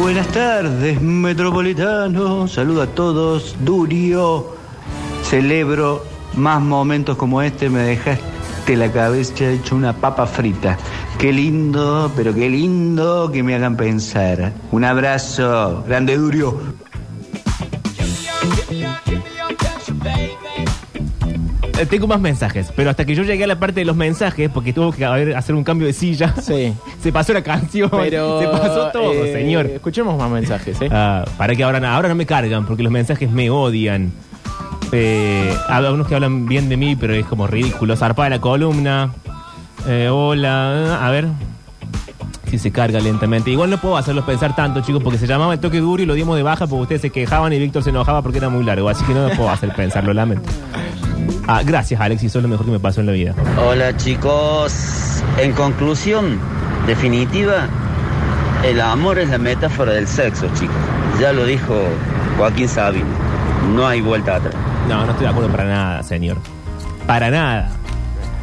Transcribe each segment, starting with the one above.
Buenas tardes, metropolitano. Saludo a todos. Durio, celebro más momentos como este. Me dejaste la cabeza hecho una papa frita. Qué lindo, pero qué lindo que me hagan pensar. Un abrazo. Grande Durio. Eh, Tengo más mensajes, pero hasta que yo llegué a la parte de los mensajes, porque tuvo que haber- hacer un cambio de silla, Sí. se pasó la canción, Pero, se pasó todo, eh, señor. Escuchemos más mensajes, ¿eh? Ah, para que ahora, ahora no me cargan, porque los mensajes me odian. Eh, habrá unos que hablan bien de mí, pero es como ridículo. Zarpada la columna. Eh, hola, a ver. Si se carga lentamente. Igual no puedo hacerlos pensar tanto, chicos, porque se llamaba el toque duro y lo dimos de baja porque ustedes se quejaban y Víctor se enojaba porque era muy largo. Así que no los puedo hacer pensar, lo lamento. Ah, gracias, Alex, y eso es lo mejor que me pasó en la vida. Hola chicos, en conclusión definitiva, el amor es la metáfora del sexo, chicos. Ya lo dijo Joaquín Sabina, no hay vuelta atrás. No, no estoy de acuerdo para nada, señor. Para nada.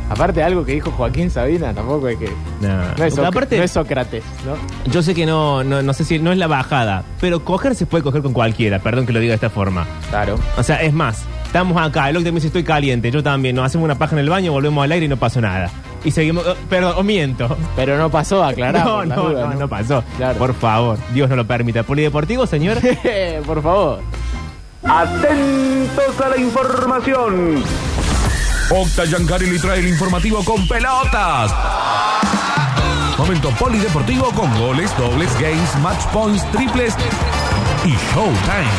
Aparte, algo que dijo Joaquín Sabina, tampoco es que. No, No Porque es, Soc- aparte- no es Sócrates, ¿no? Yo sé que no, no, no sé si no es la bajada, pero coger se puede coger con cualquiera, perdón que lo diga de esta forma. Claro. O sea, es más, estamos acá, el doctor me dice estoy caliente, yo también, nos hacemos una paja en el baño, volvemos al aire y no pasó nada. Y seguimos, eh, perdón, o miento. Pero no pasó, aclaramos. no, no, no, no pasó. Claro. Por favor, Dios no lo permita. Polideportivo, señor. Eh, Por favor. Atentos a la información. Octa Yancari le trae el informativo con pelotas. Momento polideportivo con goles, dobles, games, match points, triples y showtime.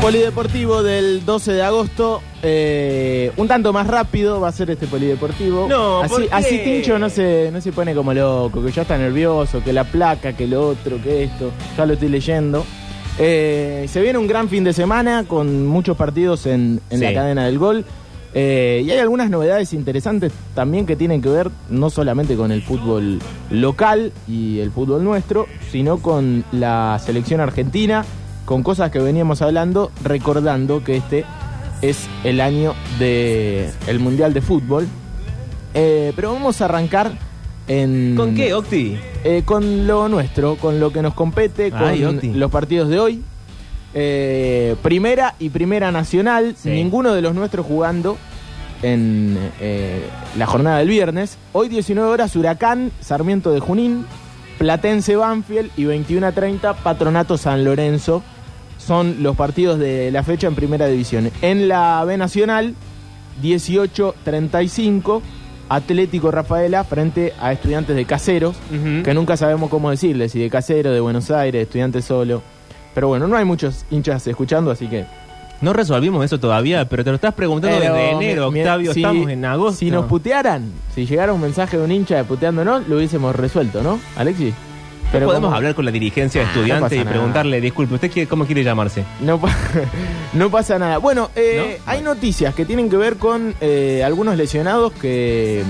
Polideportivo del 12 de agosto. eh, un tanto más rápido va a ser este polideportivo. No, así, ¿por qué? así Tincho no se, no se pone como loco, que ya está nervioso, que la placa, que lo otro, que esto. Ya lo estoy leyendo. Eh, se viene un gran fin de semana con muchos partidos en, en la Sí. cadena del gol. Eh, y hay algunas novedades interesantes también que tienen que ver no solamente con el fútbol local y el fútbol nuestro, sino con la selección argentina, con cosas que veníamos hablando, recordando que este es el año del Mundial de Fútbol. Eh, pero vamos a arrancar en... ¿Con qué, Octi? Eh, con lo nuestro, con lo que nos compete, con Ay, Octi. los partidos de hoy. Eh, primera y primera nacional, Sí. ninguno de los nuestros jugando en eh, la jornada del viernes. Hoy 19 horas Huracán, Sarmiento de Junín, Platense Banfield y 21 a 30 Patronato San Lorenzo. Son los partidos de la fecha en primera división. En la B Nacional, 18-35, Atlético Rafaela frente a estudiantes de Caseros que nunca sabemos cómo decirle, si de casero, de Buenos Aires, de estudiante solo. Pero bueno, no hay muchos hinchas escuchando, así que... No resolvimos eso todavía, pero te lo estás preguntando Pero desde enero, mi- mi- Octavio, si- estamos en agosto. Si nos putearan, si llegara un mensaje de un hincha puteándonos, lo hubiésemos resuelto, ¿no, Alexis? Pero podemos como- Ah, hablar con la dirigencia de no estudiantes pasa y nada. preguntarle, disculpe, ¿usted quiere- cómo quiere llamarse? No, pa- no pasa nada. Bueno, eh, ¿No? hay noticias que tienen que ver con eh, algunos lesionados que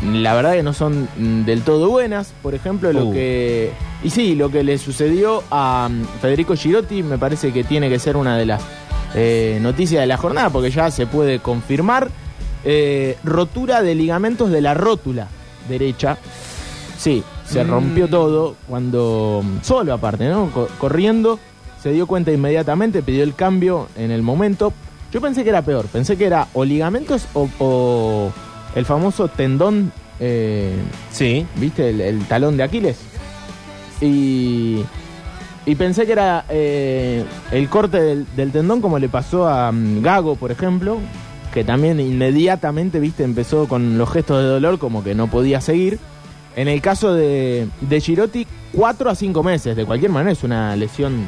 mm, la verdad que no son mm, del todo buenas. Por ejemplo, lo Uh. que... Y sí, lo que le sucedió a mm, Federico Girotti me parece que tiene que ser una de las eh, noticias de la jornada porque ya se puede confirmar. Eh, rotura de ligamentos de la rótula derecha. Sí, se rompió todo cuando solo aparte, ¿no? Co- corriendo, se dio cuenta inmediatamente, pidió el cambio en el momento. Yo pensé que era peor, pensé que era o ligamentos o, o el famoso tendón, eh, Sí. ¿viste? El, el talón de Aquiles. Y, y pensé que era eh, el corte del, del tendón como le pasó a mm, Gago, por ejemplo, que también inmediatamente, ¿viste? Empezó con los gestos de dolor como que no podía seguir. En el caso de, de Girotti, 4 a 5 meses. De cualquier manera, es una lesión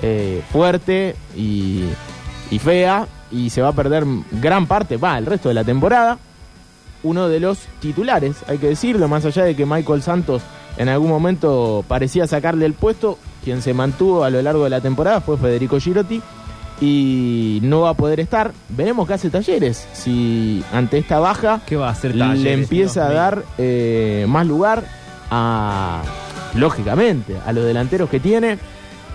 eh, fuerte y, y fea. Y se va a perder gran parte, va, el resto de la temporada. Uno de los titulares, hay que decirlo, más allá de que Michael Santos en algún momento parecía sacarle el puesto, quien se mantuvo a lo largo de la temporada fue Federico Girotti. Y no va a poder estar. Veremos qué hace Talleres. Si ante esta baja ¿Qué va a hacer le Talleres? empieza Dios a mío. dar eh, más lugar a, lógicamente, a los delanteros que tiene.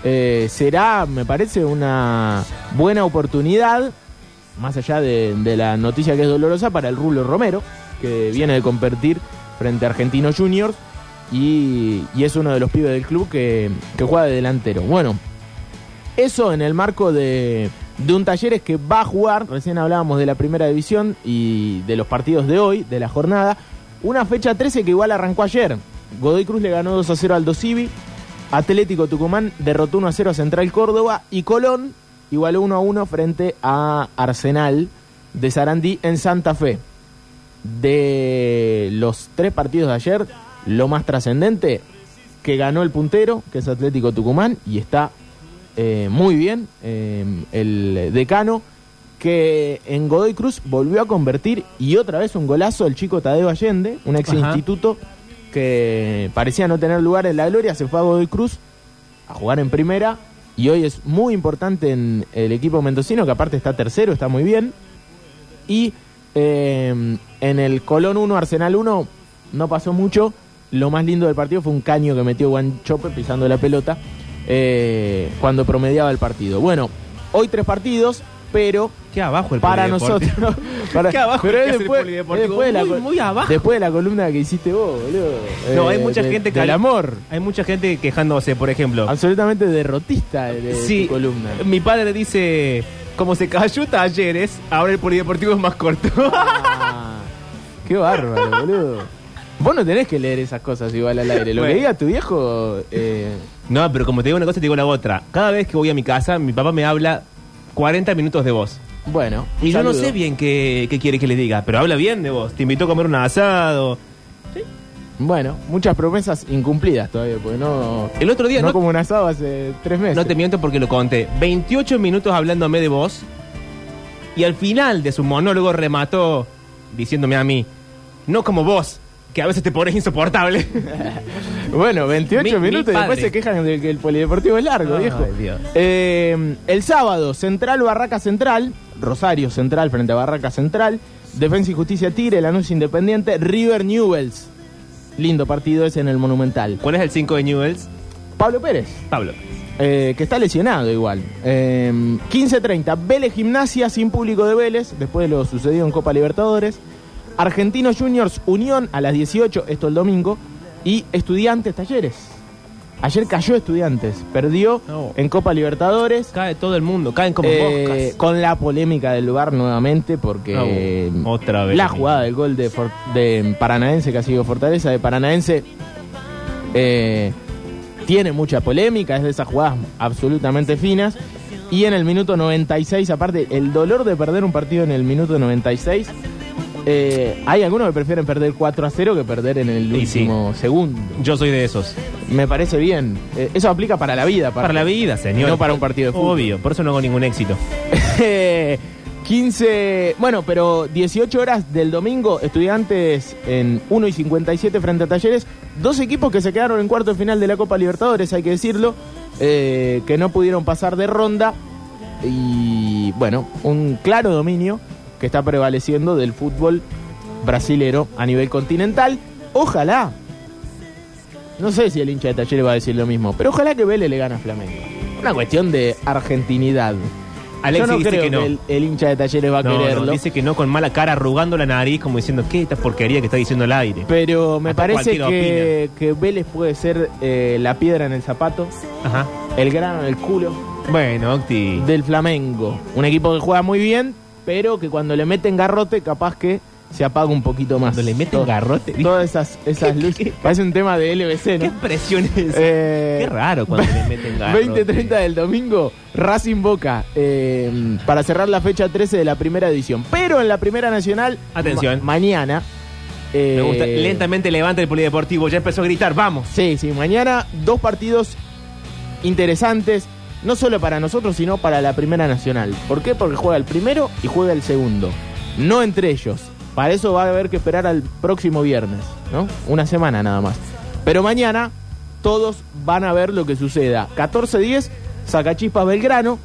Eh, será, me parece, una buena oportunidad más allá de, de la noticia que es dolorosa, para el Rulo Romero, que viene de competir frente a Argentino Juniors y, y es uno de los pibes del club que, que juega de delantero. Bueno, eso en el marco de, de un Talleres que va a jugar, recién hablábamos de la primera división y de los partidos de hoy, de la jornada, una fecha 13 que igual arrancó ayer. Godoy Cruz le ganó 2 a 0 al Dosivi, Atlético Tucumán derrotó 1 a 0 a Central Córdoba y Colón igualó 1 a 1 frente a Arsenal de Sarandí en Santa Fe. De los tres partidos de ayer, lo más trascendente, que ganó el puntero, que es Atlético Tucumán, y está eh, muy bien eh, el decano, que en Godoy Cruz volvió a convertir y otra vez un golazo el chico Tadeo Allende, un ex instituto que parecía no tener lugar en la gloria, se fue a Godoy Cruz a jugar en primera y hoy es muy importante en el equipo mendocino, que aparte está tercero, está muy bien. Y eh, en el Colón 1, Arsenal 1, no pasó mucho. Lo más lindo del partido fue un caño que metió Juan Chope pisando la pelota eh, cuando promediaba el partido. Bueno, hoy tres partidos, pero Qué abajo el para polideporte. nosotros. para- Qué abajo pero hay es que hacer después, polideportivo. es después de la Muy, col- muy abajo. Después de la columna que hiciste vos, boludo. No, Eh, hay mucha de- gente que. del amor. Hay mucha gente quejándose, por ejemplo. Absolutamente derrotista de, de Sí, tu columna. mi padre dice: Como se cayó Talleres, ahora el polideportivo es más corto. Ah, qué bárbaro, boludo. Vos no tenés que leer esas cosas igual al aire. Lo Bueno. que diga tu viejo. eh, no, pero como te digo una cosa, te digo la otra. Cada vez que voy a mi casa, mi papá me habla 40 minutos de vos. bueno. Y yo no saludo. sé bien qué, qué quiere que le diga, pero habla bien de vos. Te invitó a comer un asado. Bueno, muchas promesas incumplidas todavía, porque no. El otro día, no, Eh, no, como un asado hace tres meses. no te miento porque lo conté, 28 minutos hablándome de vos y al final de su monólogo remató diciéndome a mí, no como vos, que a veces te pones insoportable. Bueno, 28 Mi- mi minutos y después padre. se quejan de que el polideportivo es largo, Ay, viejo. Dios. Eh, el sábado, Central Barraca Central, Rosario Central frente a Barraca Central, Defensa y Justicia Tigre, Lanús Independiente, River Newells. Lindo partido ese en el Monumental. ¿Cuál es el 5 de Newells? Pablo Pérez, Pablo. eh, que está lesionado igual. Eh, 15.30, Vélez Gimnasia sin público de Vélez, después de lo sucedido en Copa Libertadores. Argentinos Juniors Unión a las 18, esto el domingo. Y Estudiantes Talleres. Ayer cayó Estudiantes, perdió No. en Copa Libertadores. Cae todo el mundo, caen como Eh, moscas. con la polémica del lugar nuevamente, porque No, Ah, otra vez. la jugada del gol de, For- de Paranaense, que ha sido Fortaleza de Paranaense, eh, tiene mucha polémica, es de esas jugadas absolutamente finas. Y en el minuto 96, aparte, el dolor de perder un partido en el minuto 96, eh, hay algunos que prefieren perder 4 a 0 que perder en el Y sí. último segundo. Yo soy de esos. Me parece bien. Eh, eso aplica para la vida. Para la vida, señor. No para un partido de fútbol. Obvio, por eso no hago ningún éxito. 15, bueno, pero 18 horas del domingo, estudiantes en 1 y 57 frente a Talleres. Dos equipos que se quedaron en cuarto de final de la Copa Libertadores, hay que decirlo, eh, que no pudieron pasar de ronda. Y bueno, un claro dominio que está prevaleciendo del fútbol brasilero a nivel continental. Ojalá, no sé si el hincha de Talleres va a decir lo mismo, pero ojalá que Vélez le gane a Flamengo. Una cuestión de argentinidad. Alexis Yo no dice creo que no. el, el hincha de Talleres va a No, quererlo. no, dice que no con mala cara, arrugando la nariz, como diciendo, ¿qué esta porquería que está diciendo el aire? Pero me Acá parece cualquiera que, que Vélez puede ser eh, la piedra en el zapato, Ajá. el grano en el culo Bueno, Octi. del Flamengo. Un equipo que juega muy bien, pero que cuando le meten garrote, capaz que se apaga un poquito más. Cuando le meten Todo- garrote, dijo. Todas esas, esas ¿Qué- luces. qué- Parece un tema de LBC, ¿Qué ¿no? expresión es esa? Eh, Qué raro cuando le meten garrote. 20-30 del domingo, Racing Boca, eh, para cerrar la fecha 13 de la primera edición. Pero en la primera nacional, Atención. ma- mañana. eh, Me gusta. Lentamente levanta el polideportivo. Ya empezó a gritar, vamos. Sí, sí, mañana dos partidos interesantes, no solo para nosotros, sino para la primera nacional. ¿Por qué? Porque juega el primero y juega el segundo. No entre ellos. Para eso va a haber que esperar al próximo viernes, ¿no? Una semana nada más. Pero mañana todos van a ver lo que suceda. 14-10, Sacachispas Belgrano,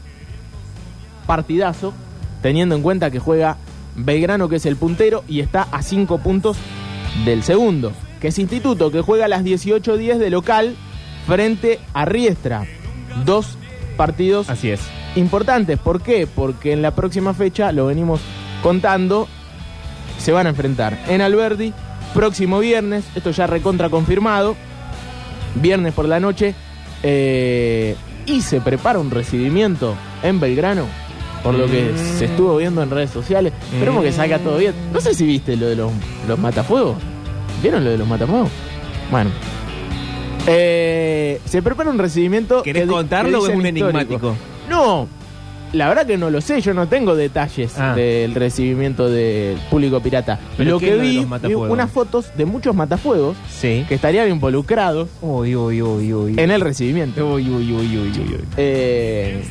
partidazo, teniendo en cuenta que juega Belgrano, que es el puntero, y está a 5 puntos del segundo, que es Instituto, que juega a las 18.10 de local frente a Riestra. Dos partidos Así es. importantes. ¿Por qué? Porque en la próxima fecha, lo venimos contando, se van a enfrentar en Alberdi, próximo viernes, esto ya recontra confirmado, viernes por la noche, eh, y se prepara un recibimiento en Belgrano, por lo que Mm. se estuvo viendo en redes sociales. Esperemos que salga todo bien. No sé si viste lo de los, los matafuegos. ¿Vieron lo de los matafuegos? Bueno. Eh, se prepara un recibimiento. ¿Querés que di- contarlo que o es dicen un histórico. enigmático? No, la verdad que no lo sé, yo no tengo detalles Ah. del recibimiento del público pirata. ¿Pero Lo qué que es lo de vi, los vi matafuegos? unas fotos de muchos matafuegos Sí. que estarían involucrados Uy, uy, uy, uy. en el recibimiento. Uy, uy, uy, uy, uy, uy. Eh,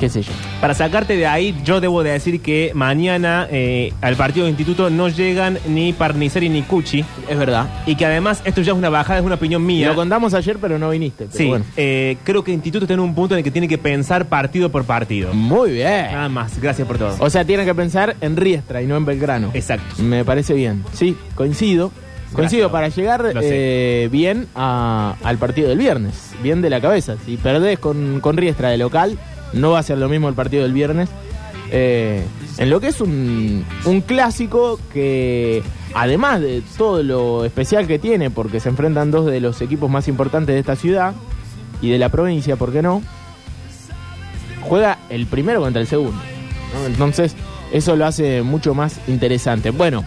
¿Qué sé yo? Para sacarte de ahí, yo debo de decir que mañana eh, al partido de instituto no llegan ni Parniceri ni Cuchi. Es verdad. Y que además esto ya es una bajada, es una opinión mía. Lo contamos ayer, pero no viniste. pero Sí, bueno. eh, creo que Instituto está en un punto en el que tiene que pensar partido por partido. Muy bien. Nada más, gracias por todo. O sea, tienen que pensar en Riestra y no en Belgrano. Exacto. Me parece bien. Sí, coincido. Coincido para llegar Lo sé. eh, bien a- al partido del viernes. Bien de la cabeza. Si perdés con, con Riestra de local, no va a ser lo mismo el partido del viernes. Eh, en lo que es un, un clásico que, además de todo lo especial que tiene, porque se enfrentan dos de los equipos más importantes de esta ciudad y de la provincia, ¿por qué no? juega el primero contra el segundo. ¿no? Entonces, eso lo hace mucho más interesante. Bueno,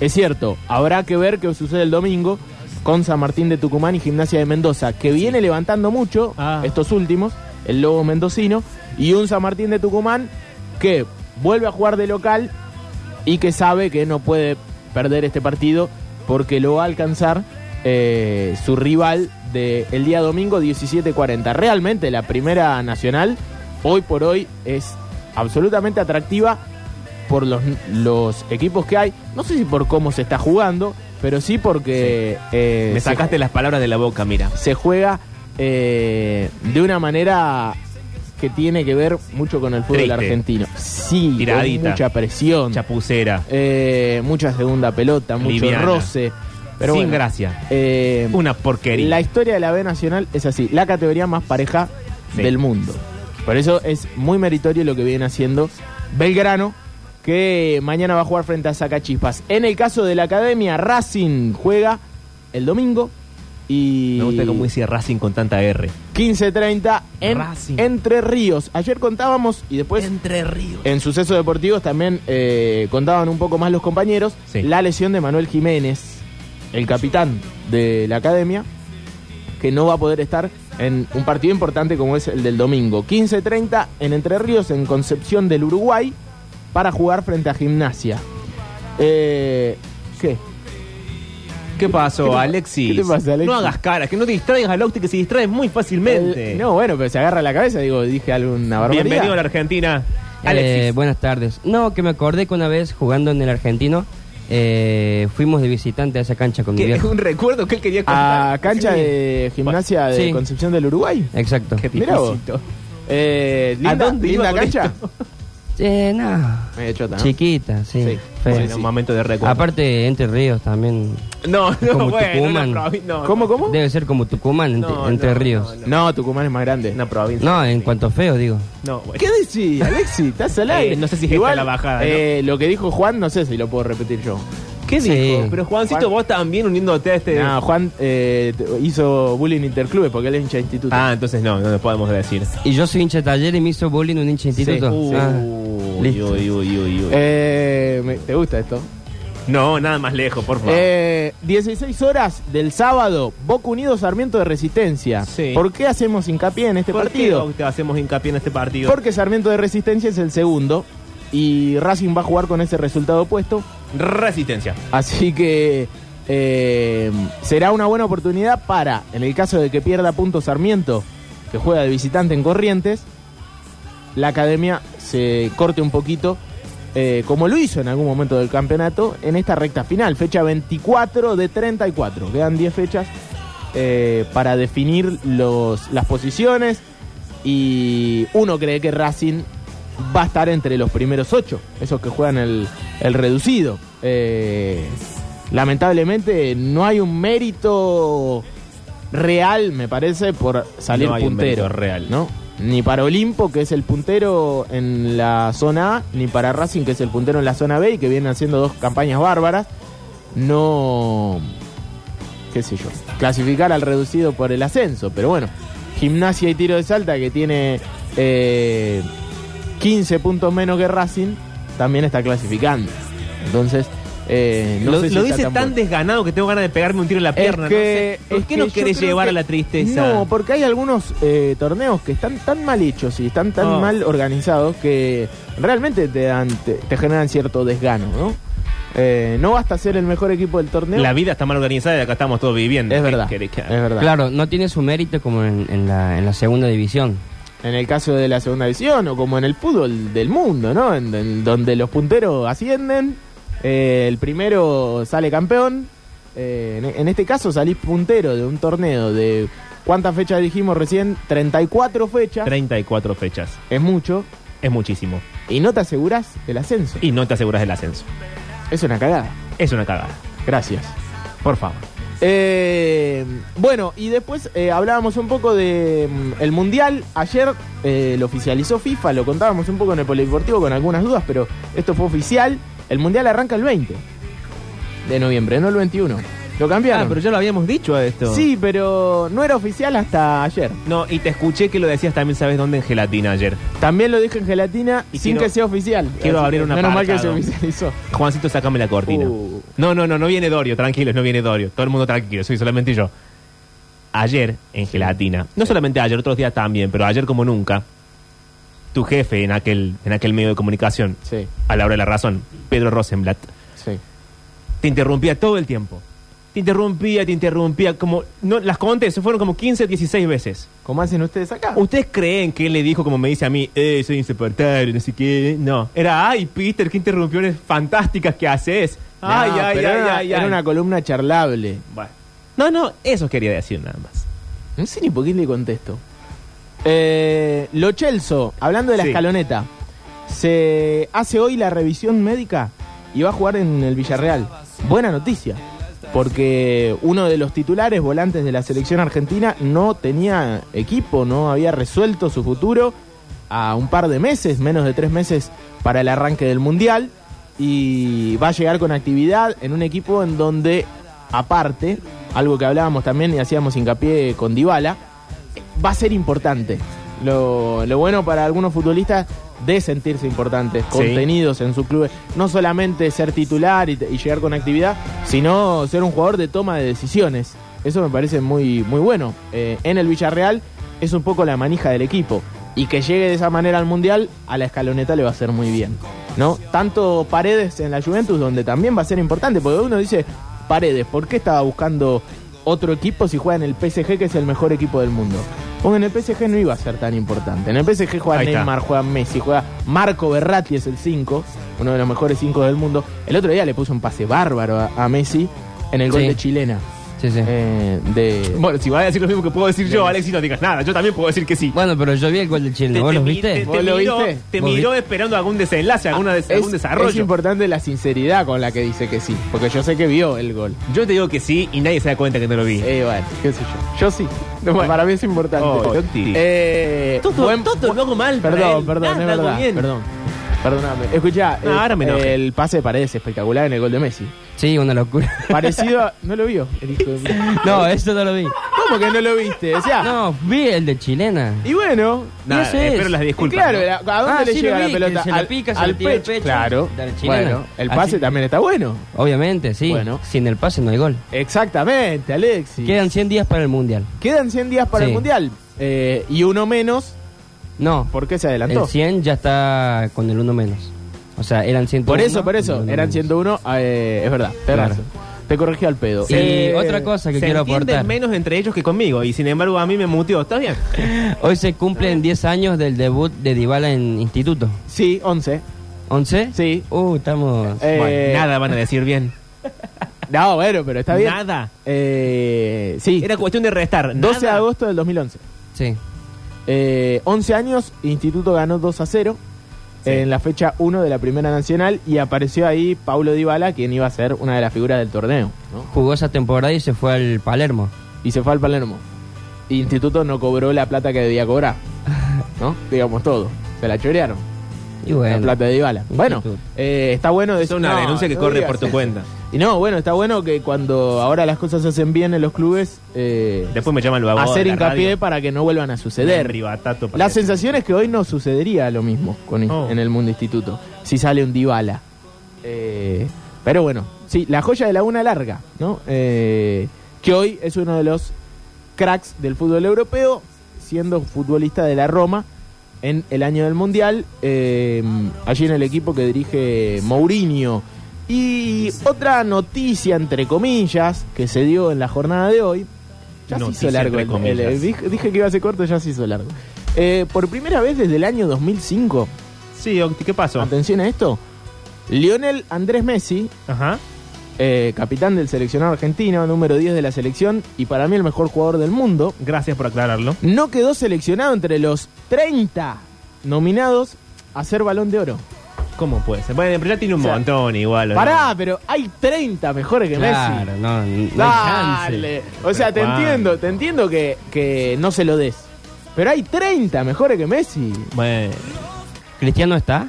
es cierto, habrá que ver qué sucede el domingo con San Martín de Tucumán y Gimnasia de Mendoza, que viene levantando mucho Ah. estos últimos, el Lobo Mendocino, y un San Martín de Tucumán que vuelve a jugar de local y que sabe que no puede perder este partido porque lo va a alcanzar eh, su rival del día domingo 17:40. Realmente la primera nacional hoy por hoy es absolutamente atractiva por los, los equipos que hay. No sé si por cómo se está jugando, pero sí porque eh, Me se- sacaste las palabras de la boca, mira. se juega eh, de una manera que tiene que ver mucho con el fútbol Triste. argentino. Sí, con Tiradita. mucha presión. Chapucera. Eh, mucha segunda pelota, mucho Liviana. roce. Pero Sin bueno, gracia. eh, Una porquería. la historia de la B Nacional es así, la categoría más pareja Sí. del mundo. Por eso es muy meritorio lo que viene haciendo Belgrano, que mañana va a jugar frente a Sacachispas. En el caso de la academia, Racing juega el domingo y Me gusta cómo dice Racing con tanta R. 15.30 en Racing. Entre Ríos. Ayer contábamos y después Entre Ríos. en sucesos deportivos también eh, contaban un poco más los compañeros Sí. la lesión de Manuel Jiménez, el capitán de la academia, que no va a poder estar en un partido importante como es el del domingo. 15.30 en Entre Ríos, en Concepción del Uruguay, para jugar frente a Gimnasia. Eh, ¿Qué? ¿Qué ¿Qué pasó, te- Alexis? qué te pasa, Alexis? No hagas caras, que no te distraigas al Octi, que se distrae muy fácilmente. El- Eh, no, bueno, pero se agarra la cabeza, digo, dije alguna barbaridad. Bienvenido a la Argentina. Eh, Alexis. buenas tardes. No, que me acordé que una vez jugando en el argentino eh, fuimos de visitante a esa cancha con mi que es viejo. un recuerdo que él quería contar. A cancha de Gimnasia de Sí. Concepción del Uruguay. Exacto. Qué Mirá vos. difícil. Eh, linda, ¿A dónde iba linda con cancha? esto? Eh, no. Medio chota, ¿no? Chiquita, sí. Sí. Fea. Bueno, un momento de recuerdo. Aparte, Entre Ríos también. no, no, como bueno, una Tucumán. provi- no, ¿Cómo, cómo? Debe ser como Tucumán, Ent- No, Entre no, Ríos. no, No, No, Tucumán es más grande. Una provincia. en cuanto a feo, digo. No, bueno. ¿Qué decís, Alexi? ¿Estás al aire? Eh, no sé si es esta la bajada, ¿no? eh, Lo que dijo Juan, no sé si lo puedo repetir yo. ¿Qué Sí. dijo? Pero Juancito, Juan- vos también uniéndote a este. No, Juan eh, t- hizo bullying interclubes porque él es hincha de instituto. Ah, entonces no, no lo podemos decir. Y yo soy hincha de taller y me hizo bullying un hincha de Sí. instituto. Uy, Ah, uy, listo. uy, uy, uy, uy. Eh, me- ¿Te gusta esto? No, nada más lejos, por favor. Eh, 16 horas del sábado, Boca Unido Sarmiento de Resistencia. Sí. ¿Por qué hacemos hincapié en este ¿Por partido? qué te hacemos hincapié en este partido? Porque Sarmiento de Resistencia es el segundo y Racing va a jugar con ese resultado opuesto. Resistencia. Así que eh, será una buena oportunidad para, en el caso de que pierda puntos Sarmiento, que juega de visitante en Corrientes, la academia se corte un poquito, eh, como lo hizo en algún momento del campeonato, en esta recta final, fecha 24 de 34. Quedan 10 fechas eh, para definir los, las posiciones y uno cree que Racing va a estar entre los primeros ocho, esos que juegan el, el reducido. Eh, lamentablemente no hay un mérito real, me parece, por salir No hay un puntero. mérito real. ¿no? Ni para Olimpo, que es el puntero en la zona A, ni para Racing, que es el puntero en la zona B y que viene haciendo dos campañas bárbaras. No. qué sé yo. Clasificar al reducido por el ascenso, pero bueno. Gimnasia y Tiro de Salta, que tiene eh, 15 puntos menos que Racing, también está clasificando. Entonces, eh, no lo sé si lo está dice tan, bueno. desganado que tengo ganas de pegarme un tiro en la pierna. Es que, no sé. ¿Por es qué que no yo querés creo llevar que- a la tristeza? No, porque hay algunos eh, torneos que están tan mal hechos y están tan Oh. mal organizados que realmente te, dan, te, te generan cierto desgano, ¿no? Eh, no basta ser el mejor equipo del torneo. La vida está mal organizada y acá estamos todos viviendo. es ¿Qué verdad. querés que es haga? verdad. Claro, no tiene su mérito como en, en la, en la segunda división. En el caso de la segunda división o como en el fútbol del mundo, ¿no? En, en donde los punteros ascienden, eh, el primero sale campeón. Eh, en, en este caso salís puntero de un torneo de... ¿Cuántas fechas dijimos recién? 34 fechas. 34 fechas. es mucho. Es muchísimo. y no te aseguras el ascenso. Y no te aseguras el ascenso. Es una cagada. Es una cagada. Gracias. Por favor. Eh, bueno, y después eh, hablábamos un poco de mm, el Mundial. Ayer eh, lo oficializó FIFA, lo contábamos un poco en el Polideportivo con algunas dudas, pero esto fue oficial. El Mundial arranca el 20 de noviembre, no el 21. Ah, Lo cambiaron. Ah, ya lo habíamos dicho a esto. Sí. Sí, pero no era oficial hasta ayer. No, y te escuché que lo decías también, ¿sabes dónde? En gelatina ayer. También lo dije en gelatina Y sin quiero- que sea oficial. quiero Así abrir que un Menos mal que se apartado. oficializó. Juancito, sácame la cortina. Uh. No, no, no, no viene Dorio, tranquilos, no viene Dorio. Todo el mundo tranquilo, soy solamente yo. Ayer, en gelatina, no solamente ayer, otros días también, pero ayer como nunca, tu jefe en aquel, en aquel medio de comunicación, Sí, a la hora de la razón, Pedro Rosenblatt, sí. te interrumpía todo el tiempo. Te interrumpía, te interrumpía, como... No, las conté, se fueron como 15 o 16 veces. ¿Cómo hacen ustedes acá? ¿Ustedes creen que él le dijo, como me dice a mí, eh, soy insoportable, no sé qué? No. Era, ay, Peter, qué interrupciones fantásticas que haces. Ay, No, ay, ay, pero era, ay, era ay. una columna charlable. Bueno. No, no, eso quería decir nada más. No sé ni por qué le contesto. Eh, lo Chelso, hablando de la Sí. escaloneta, se hace hoy la revisión médica y va a jugar en el Villarreal. Buena noticia, porque uno de los titulares volantes de la selección argentina no tenía equipo, no había resuelto su futuro a un par de meses, menos de tres meses para el arranque del Mundial. Y va a llegar con actividad en un equipo en donde, aparte, algo que hablábamos también y hacíamos hincapié con Dybala, va a ser importante. Lo, lo bueno para algunos futbolistas de sentirse importantes, contenidos en sus clubes. No solamente ser titular y, te- y llegar con actividad, sino ser un jugador de toma de decisiones. Eso me parece muy, muy bueno. Eh, en el Villarreal es un poco la manija del equipo. Y que llegue de esa manera al Mundial, a la escaloneta le va a hacer muy bien. ¿no? Tanto Paredes en la Juventus, donde también va a ser importante, porque uno dice, Paredes, ¿por qué estaba buscando otro equipo si juega en el PSG, que es el mejor equipo del mundo? Porque en el PSG no iba a ser tan importante. En el PSG juega Ahí está. Neymar, juega Messi, juega Marco Berratti, es el 5, uno de los mejores 5 del mundo. El otro día le puso un pase bárbaro a, a Messi en el gol Sí. de Chilena. Sí, sí. eh, de, Bueno, si vas a decir lo mismo que puedo decir yo, Alexis, no digas nada. Yo también puedo decir que sí. Bueno, pero yo vi el gol del Chile, Te- ¿vos te los mi- viste? te- ¿Vos te lo miró- viste? Ah, Te ¿Vos miró esperando algún desenlace, alguna des- algún es desarrollo. importante la sinceridad con la que dice que sí, porque yo sé que vio el gol. Yo te digo que sí y nadie se da cuenta que no lo vi. Eh, bueno, qué sé yo. Yo sí. Bueno. Para mí es importante. Oh, Totti. Eh, Toto, buen- Toto, no hago mal para Perdón, él. perdón, Nada, es hago verdad. bien. Perdón. Perdóname. Escuchá, No, eh, ahora me enojé. el pase de paredes espectacular en el gol de Messi. Sí, una locura. Parecido a... ¿No lo vio? el hijo de- no, eso no lo vi. ¿Cómo que no lo viste? O sea, No, vi el de chilena. y bueno... Nada, y eso es. espero las y disculpas. claro, ¿no? ¿a dónde Ah, le sí, lo llega la vi, pelota? que se la al, pica, se al la tira al pecho. pecho. Claro. De la Ah, chilena. Bueno, el pase Así- también está bueno. Obviamente, sí. Bueno. Sin el pase no hay gol. Exactamente, Alexis. Quedan 100 días para el Mundial. Quedan 100 días para Sí. el Mundial. Eh, y uno menos, No, ¿por qué se adelantó? el 100 ya está con el uno menos. O sea, eran 101. Por eso, por eso. uno Eran menos. 101. eh, es verdad, tenés Claro. razón. Te corregí al pedo. Y Eh, otra cosa que se quiero entienden aportar. menos entre ellos que conmigo y sin embargo a mí me muteó. ¿Está bien? Hoy se cumplen 10 años del debut de Dybala en instituto. Sí, 11. ¿11? Sí. Uh, estamos... Eh, Bueno, nada van a decir bien. No, bueno, pero está bien. Nada. Eh, sí, Era cuestión de restar. 12 de Nada. agosto del 2011. Sí. Eh, 11 años, Instituto ganó 2 a 0 en la fecha 1 de la Primera Nacional y apareció ahí Paulo Dybala, quien iba a ser una de las figuras del torneo. ¿no? Jugó esa temporada y se fue al Palermo. Y se fue al Palermo. Instituto no cobró la plata que debía cobrar. ¿no? digamos todo. Se la chorearon. Y bueno. La plata de Ibala. Bueno, Instituto. eh, está bueno Es decir- una no, denuncia que no corre digas por tu eso. cuenta. Y no, bueno, está bueno que cuando ahora las cosas se hacen bien en los clubes, eh, Después me llama el babado. hacer de la hincapié radio. para que no vuelvan a Un suceder. ribatato para La decir. sensación es que hoy no sucedería lo mismo con, Oh. en el mundo instituto, si sale un Dybala. Eh, pero bueno, sí, la joya de la una larga, ¿no? Eh, que hoy es uno de los cracks del fútbol europeo, siendo futbolista de la Roma en el año del Mundial, eh, allí en el equipo que dirige Mourinho. Y otra noticia, entre comillas, que se dio en la jornada de hoy, ya se Noticia, hizo largo. entre el- comillas. el- dije, dije que iba a ser corto, ya se hizo largo. Eh, por primera vez desde el año 2005, Sí, Octi, ¿qué pasó? atención a esto, Lionel Andrés Messi Ajá. eh, capitán del seleccionado argentino, número 10 de la selección y para mí el mejor jugador del mundo, Gracias por aclararlo. no quedó seleccionado entre los 30 nominados a ser balón de oro. ¿Cómo puede ser? Bueno, pero ya tiene un O sea, montón igual. ¿o no? Pará, pero hay 30 mejores que Claro, Messi. no, no hay Dale. chance. O sea, te Pero ¿cuándo? entiendo, te entiendo que, que no se lo des. Pero hay 30 mejores que Messi. Bueno, ¿Cristiano está?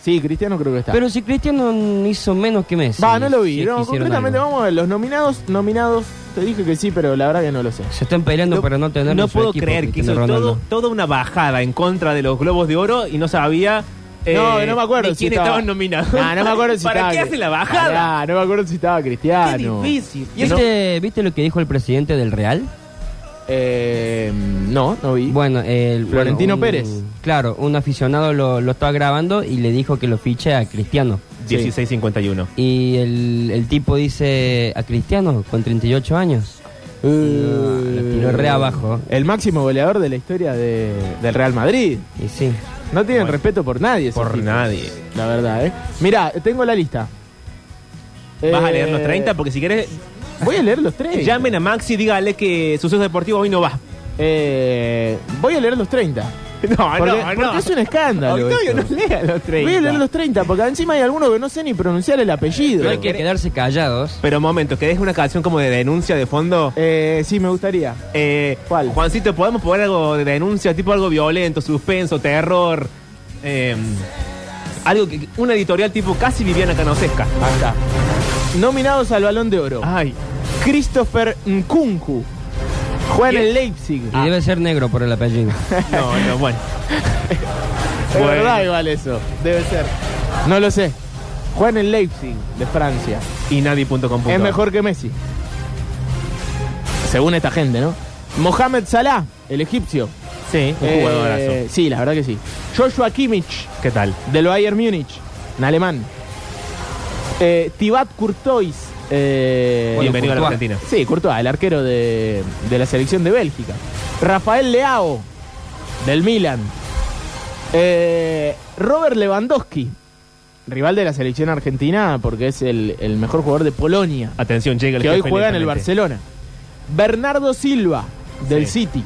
Sí, Cristiano creo que está. Pero si Cristiano hizo menos que Messi. Va, no lo vi. si es que no, hicieron concretamente algo. vamos a ver. Los nominados, nominados, te dije que sí, pero la verdad que no lo sé. Se están peleando para no tener no puedo creer que hizo todo, toda una bajada en contra de los globos de oro y no sabía. eh, no, no me acuerdo de si quién estaba- estaban nominados. No, no me acuerdo si ¿Para estaba qué Cri- hace la bajada? Pará, no me acuerdo si estaba Qué Cristiano. difícil. Y este- eso- ¿Viste, ¿Viste lo que dijo el presidente del Real? Eh, no, no vi. Bueno, el, Florentino bueno, Pérez. Claro, un aficionado lo, lo estaba grabando y le dijo que lo fiche a Cristiano. 16.51. Y el, el tipo dice a Cristiano con 38 años. Eh, lo tiró re abajo. El máximo goleador de la historia de- del Real Madrid. Y sí. No tienen respeto por nadie. esos Por tipos, nadie. La verdad, ¿eh? Mirá, tengo la lista. ¿Vas a Eh, leer los 30? Porque si querés, Voy a leer los 30. llamen a Maxi y dígale que Suceso Deportivo hoy no va. Eh, voy a leer los 30. Ah, No, Porque, no, porque no. es un escándalo. Octavio, esto. no lea los 30. Voy a leer los 30, porque encima hay algunos que no sé ni pronunciar el apellido. Pero hay que quedarse callados. Pero un momento, que deje una canción como de denuncia de fondo. Eh, sí, me gustaría. Eh, ¿Cuál? Juancito, ¿podemos poner algo de denuncia, tipo algo violento, suspenso, terror? Eh, algo que, una editorial tipo casi Viviana Canosesca. Ahí está. Nominados al Balón de Oro. Ay, Christopher Nkunku. Juega en Bien. el Leipzig. Y debe ser negro por el apellido. no, no, bueno. es bueno. Ah, verdad igual eso. Debe ser. No lo sé. Juega en el Leipzig de Francia. Y nadie.com. Es mejor que Messi. Según esta gente, ¿no? Mohamed Salah, el egipcio. Sí, un Eh, jugadorazo. Sí, la verdad que sí. Joshua Kimmich, ¿Qué tal? del Bayern Múnich, en alemán. Eh, Tibat Courtois. eh, Bienvenido a la Courtois. Argentina. Sí, Courtois, el arquero de, de la selección de Bélgica. Rafael Leao, del Milan. Eh, Robert Lewandowski, rival de la selección argentina porque es el, el mejor jugador de Polonia, Atención, llega el que hoy jefe juega en el lentamente. Barcelona. Bernardo Silva, del Sí. City.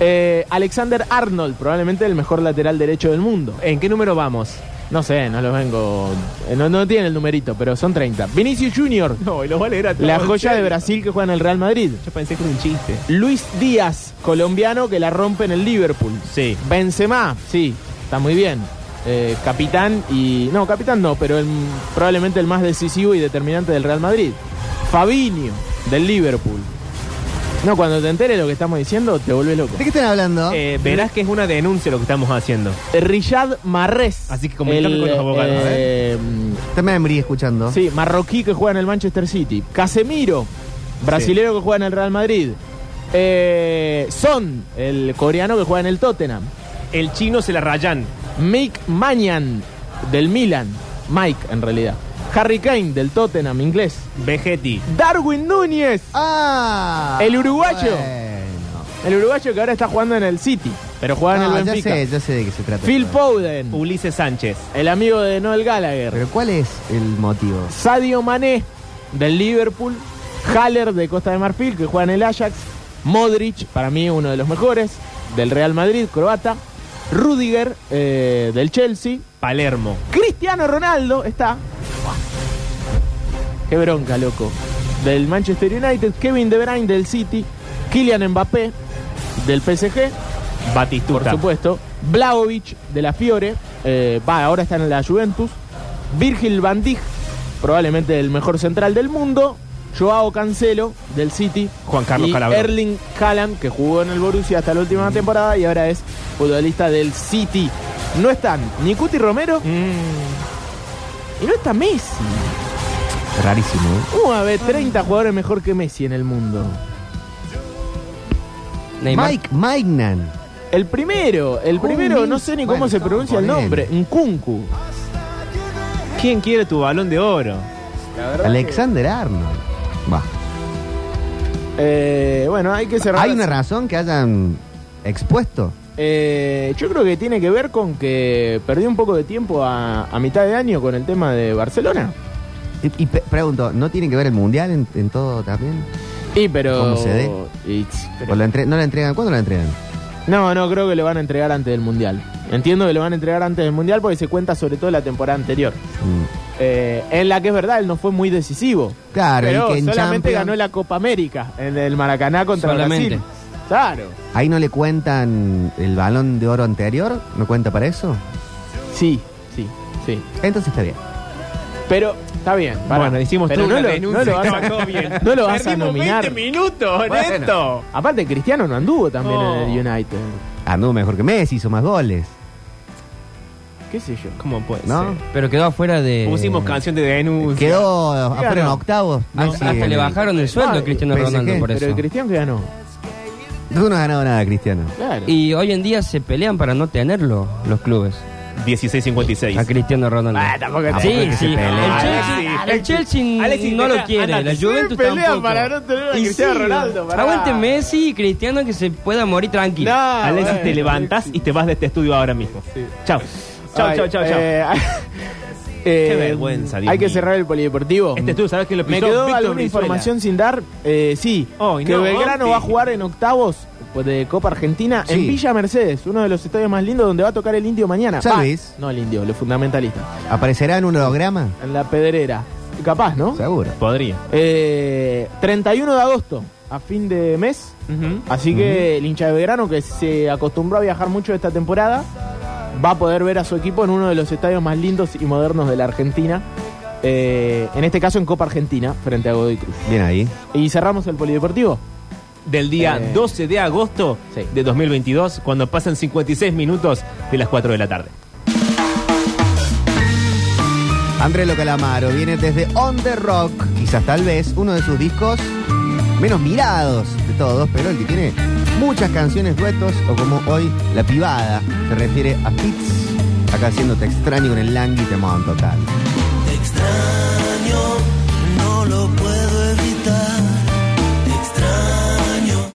Eh, Alexander Arnold, probablemente el mejor lateral derecho del mundo. ¿En qué número vamos? Eh, No sé, no los vengo. eh, No, no tiene el numerito, pero son 30. Vinicius Junior, No, y los va a leer a la joya de Brasil que juega en el Real Madrid. Yo pensé que era un chiste. Luis Díaz, colombiano que la rompe en el Liverpool. Sí. Benzema, sí, está muy bien. Eh, capitán y. No, capitán no, pero el- probablemente el más decisivo y determinante del Real Madrid. Fabinho, del Liverpool. No, cuando te enteres lo que estamos diciendo, te vuelves loco. ¿De qué están hablando? Eh, verás que es una denuncia lo que estamos haciendo. Riyad Marrés. Así que comunicate con los abogados, eh, Está Memory escuchando. Sí, marroquí que juega en el Manchester City. Casemiro, brasilero que juega en el Real Madrid. Eh, Son, el coreano que juega en el Tottenham. El chino se la rayan. Mike Mannion, del Milan. Mike, en realidad. Harry Kane, del Tottenham, inglés. Vegetti. Darwin Núñez, Ah. El uruguayo. Bueno. el uruguayo que ahora está jugando en el City, pero juega No, en el Ah, ya Benfica. sé, ya sé de qué se trata. eh. Phil Foden, Ulises Sánchez. el amigo de Noel Gallagher. Pero ¿cuál es el motivo? Sadio Mané, del Liverpool. Haller, de Costa de Marfil, que juega en el Ajax. Modric, para mí uno de los mejores, del Real Madrid, croata. Rudiger, eh, del Chelsea. Palermo. Cristiano Ronaldo está. Buah. Qué bronca, loco. Del Manchester United, Kevin De Bruyne del City, Kylian Mbappé del PSG, Batistuta. por supuesto. Blaovic de la Fiore, eh, va, ahora está en la Juventus. Virgil van Dijk, probablemente el mejor central del mundo. Joao Cancelo del City. Juan Carlos y Calabro. Mm. Erling Haaland, que jugó en el Borussia hasta la última temporada y ahora es futbolista del City. No están ni Cuti Romero Mm, y no está Messi. rarísimo. ¿eh? ¿Cómo va a haber 30 jugadores mejor que Messi en el mundo? Neymar. Mike Maignan. El primero, el primero, no sé ni cómo Bueno, se pronuncia el ponele. nombre, Nkunku. ¿Quién quiere tu balón de oro? Alexander Arnold. Va. Eh, bueno, hay que cerrar. ¿Hay una razón que hayan expuesto? Eh, yo creo que tiene que ver con que perdí un poco de tiempo a, a mitad de año con el tema de Barcelona. Y, y pe- pregunto, ¿no tiene que ver el mundial en, en todo también? Y pero. ¿Cómo se dé? y, tss, pero- ¿O la entre- ¿No la entregan? ¿Cuándo la entregan? No, no, creo que le van a entregar antes del Mundial. Entiendo que le van a entregar antes del Mundial porque se cuenta sobre todo la temporada anterior. Mm. Eh, en la que es verdad, él no fue muy decisivo. Claro, pero y que en solamente Champions- ganó la Copa América en el Maracaná contra Solamente. Brasil. Claro. ¿Ahí no le cuentan el balón de oro anterior? ¿No cuenta para eso? Sí, sí, sí. Entonces está bien. Pero está bien. pará. Bueno, hicimos Pero toda no una lo- denuncia, no lo vas a- estaba todo bien. no lo vas a Perdimos nominar. 20 minutos en Bueno. esto. Aparte, Cristiano no anduvo también No. en el United. Anduvo mejor que Messi, hizo más goles. ¿Qué sé yo? ¿Cómo puede ¿No? ser? Pero quedó afuera Eh, de. Pusimos canción de denuncia. Quedó afuera en ganó? octavos. Ah, Messi Hasta en le el- bajaron el sueldo Ah, a Cristiano PSG, Ronaldo por Pero el eso. Cristiano que ganó. Tú no has ganado nada, Cristiano. Claro. Y hoy en día se pelean para no tenerlo los clubes. A 16.56. Cristiano Ronaldo. Ah, tampoco Ah, te- Sí, tampoco es que sí. se El peleen. Chelsea, Alexis, el Chelsea Alexis, no deja, lo quiere. andate. La Juventus Se pelean tampoco. para no tener a Y Cristiano Ronaldo, pará. Aguante Messi y Cristiano que se pueda morir tranquilo. No, Alexis, Ah, bueno, te levantás y te vas de este estudio ahora mismo. Chao. Chao, Ay, chao, chao, chao. eh, eh, Qué vergüenza, Dios Hay que mío. cerrar el polideportivo. Este estudio, ¿sabes que lo pisó? Me quedó Víctor alguna Brizuela. información sin dar. Eh, sí, Ay, que no, Belgrano Orti. va a jugar en octavos pues, de Copa Argentina en Sí. Villa Mercedes, uno de los estadios más lindos donde va a tocar el indio mañana. San Va, Luis. No, el indio, los fundamentalistas. ¿Aparecerá en un holograma? En la pedrera. Capaz, ¿no? Seguro. Podría. Eh, 31 de agosto, a fin de mes. Así que el hincha de Belgrano, que se acostumbró a viajar mucho esta temporada, va a poder ver a su equipo en uno de los estadios más lindos y modernos de la Argentina. Eh, en este caso en Copa Argentina, frente a Godoy Cruz. Bien ahí. Y cerramos el Polideportivo. Del día Eh. 12 de agosto Sí. de 2022, cuando pasan 56 minutos de las 4 de la tarde. Andrés Localamaro viene desde On The Rock, quizás tal vez uno de sus discos menos mirados de todos, pero el que tiene muchas canciones duetos, o como hoy, La Pivada, se refiere a Fitz, acá haciéndote extraño con el Langui Temón total. Te extraño